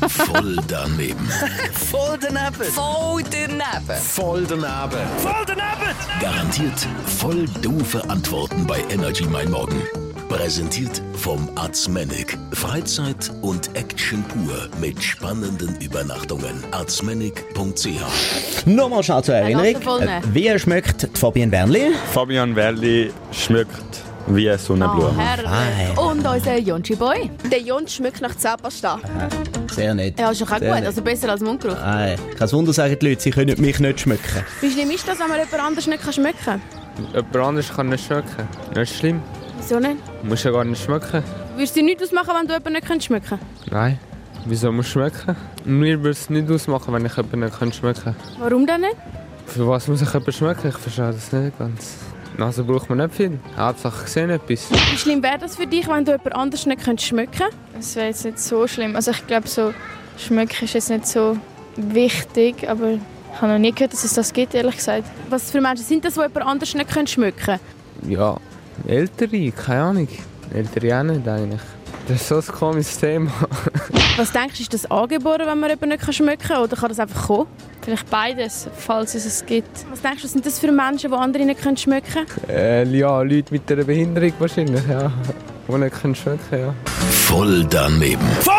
Voll daneben. Voll daneben. Voll daneben. Voll daneben. Voll daneben. Garantiert voll doofe Antworten bei Energy Mein Morgen. Präsentiert vom Arzmenig. Freizeit und Action pur mit spannenden Übernachtungen. Arzmenig.ch Nochmal schnell zur Erinnerung. Äh, Lagerfeuer. Wie schmeckt die Fabienne Wernli? Fabian Welli schmeckt wie eine Oh, Sonnenblume. herrlich. Und unser Jonchi Boy. Der Jont schmeckt nach Zahnpasta. Sehr nett. Ja, ist doch auch gut. Sehr nett. Also besser als Mundgeruch. Nein, kein Wunder sagen die Leute, sie können mich nicht schmecken. Wie schlimm ist das, wenn man jemand anders nicht kann schmecken kann? Jemand anderes kann nicht schmecken. Nicht schlimm. Wieso nicht? Muss ja gar nicht schmecken. Würdest du nichts ausmachen, wenn du jemanden nicht kannst schmecken Nein. Wieso muss schmecken? Mir würde es nicht ausmachen, wenn ich jemanden nicht kann schmecken kannst? Warum denn nicht? Für was muss ich jemanden schmecken? Ich verstehe das nicht ganz. Also braucht man nicht viel. Hauptsache ich sehe etwas. Wie schlimm wäre das für dich, wenn du jemand anders nicht kannst schmecken Es wäre jetzt nicht so schlimm. Also ich glaube, so schmecken ist jetzt nicht so wichtig, aber ich habe noch nie gehört, dass es das gibt, ehrlich gesagt. Was für Menschen sind das, die jemand anders nicht können schmecken Ja. Ältere, keine Ahnung. Ältere auch nicht eigentlich. Das ist so ein komisches Thema. Was denkst du, ist das angeboren, wenn man jemanden nicht kann schmecken kann? Oder kann das einfach kommen? Vielleicht beides, falls es es gibt. Was denkst du, was sind das für Menschen, die andere nicht können schmecken können? Äh, ja, Leute mit einer Behinderung wahrscheinlich, ja. Die nicht können schmecken, ja. Voll daneben. Voll